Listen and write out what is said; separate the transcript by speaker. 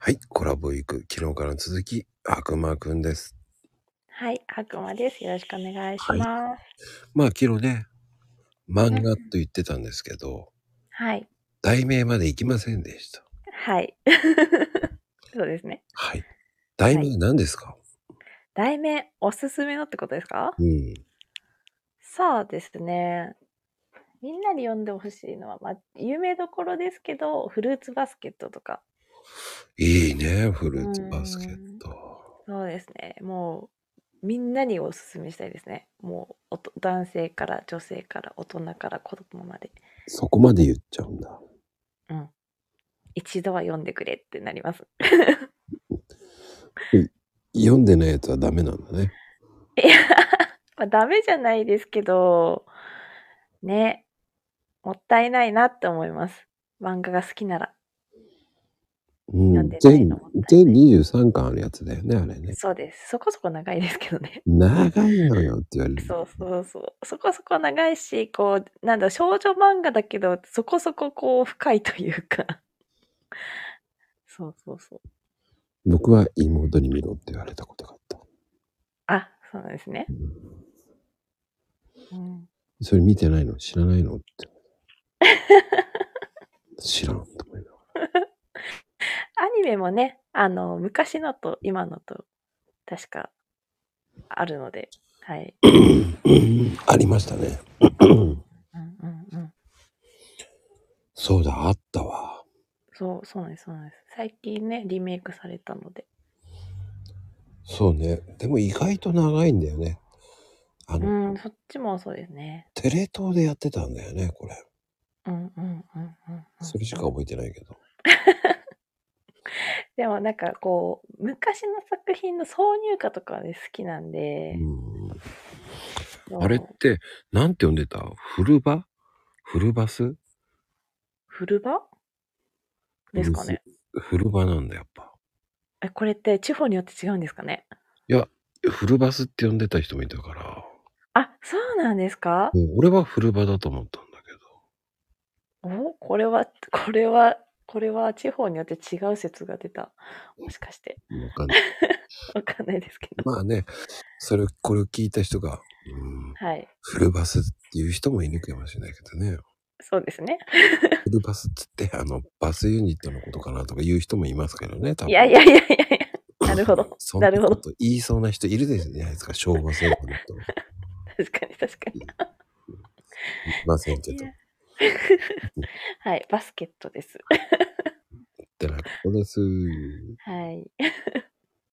Speaker 1: はい、コラボ行く昨日からの続き、悪魔くんです。
Speaker 2: はい、悪魔です。よろしくお願いし
Speaker 1: はい
Speaker 2: ます。
Speaker 1: まあ昨日ね、漫画と言ってたんですけど、
Speaker 2: はい、
Speaker 1: 題名まで行きませんでした。
Speaker 2: はい。 そうですね。
Speaker 1: はい。題名何ですか、
Speaker 2: 題名、おすすめのってことですか
Speaker 1: うん。
Speaker 2: そうですね。みんなに読んでほしいのは、まあ、有名どころですけど、フルーツバスケットとか。
Speaker 1: いいね、フルーツバスケット。
Speaker 2: そうですね。もう、みんなにおすすめしたいですね。もうおと、男性から女性から大人から子供まで。
Speaker 1: そこまで言っちゃうんだ。
Speaker 2: うん。一度は読んでくれってなります。
Speaker 1: 読んでないやつはダメなんだね。
Speaker 2: いや、 まあ、ダメじゃないですけど、ね、もったいないなって思います。漫画が好きなら。
Speaker 1: う
Speaker 2: 読ん
Speaker 1: ん
Speaker 2: で。ない
Speaker 1: 全
Speaker 2: のもったいない、
Speaker 1: 全23巻あるやつだよね、あれね。
Speaker 2: そうです。そこそこ長いですけどね。
Speaker 1: 長いのよって言われる。
Speaker 2: そうそうそう。そこそこ長いし、こう、なんだ、少女漫画だけど、そこそここう、深いというか。そうそうそう。
Speaker 1: 僕は妹に見ろって言われたことがあった。
Speaker 2: あ、そうなんですね。うん、
Speaker 1: それ見てないの知らないの って。知らんと思いながら。
Speaker 2: アニメもね、あの、昔のと今のと、確か、あるので、はい。
Speaker 1: うん ありました ね。
Speaker 2: うんうんうん。
Speaker 1: そうだ、あったわ。
Speaker 2: そう、そうなんです、そうなんです。最近ね、リメイクされたので。
Speaker 1: そうね。でも意外と長いんだよね。あ
Speaker 2: う
Speaker 1: の、
Speaker 2: ん、そっちもそうですね。
Speaker 1: テレ東でやってたんだよね、これ。
Speaker 2: うんうんうんうんうん。
Speaker 1: それしか覚えてないけど。
Speaker 2: でもなんかこう、昔の作品の挿入歌とかね、好きなんで。
Speaker 1: うん
Speaker 2: そう
Speaker 1: あれって、なんて呼んでたフルバフルバス
Speaker 2: フルバですかね。
Speaker 1: フルバなんだ、やっぱ。
Speaker 2: え、これって地方によって違うんですかね
Speaker 1: フルバスって呼んでた人もいたから。
Speaker 2: あ、そうなんですか
Speaker 1: もう俺はフルバだと思ったんだけど。
Speaker 2: おこれは、これは、これは地方によって違う説が出た。もしかして。
Speaker 1: わかんない
Speaker 2: わかんないですけど。
Speaker 1: まあね、それ、これを聞いた人が、うん、
Speaker 2: はい。
Speaker 1: フルバスっていう人もいるかもしれないけどね。
Speaker 2: そうですね。
Speaker 1: フルバスっつって、あの、バスユニットのことかなとか言う人もいますけどね、多分。。
Speaker 2: いやいやいやいやいや。なるほど
Speaker 1: そん
Speaker 2: な
Speaker 1: な
Speaker 2: るほ
Speaker 1: こ
Speaker 2: ど。
Speaker 1: と言いそうな人いるですね、あいつが昭和生活の 人。
Speaker 2: 確かに確かに。
Speaker 1: いませんけど。
Speaker 2: い
Speaker 1: っ
Speaker 2: やはい、バスケットです。
Speaker 1: てなことです。
Speaker 2: はい。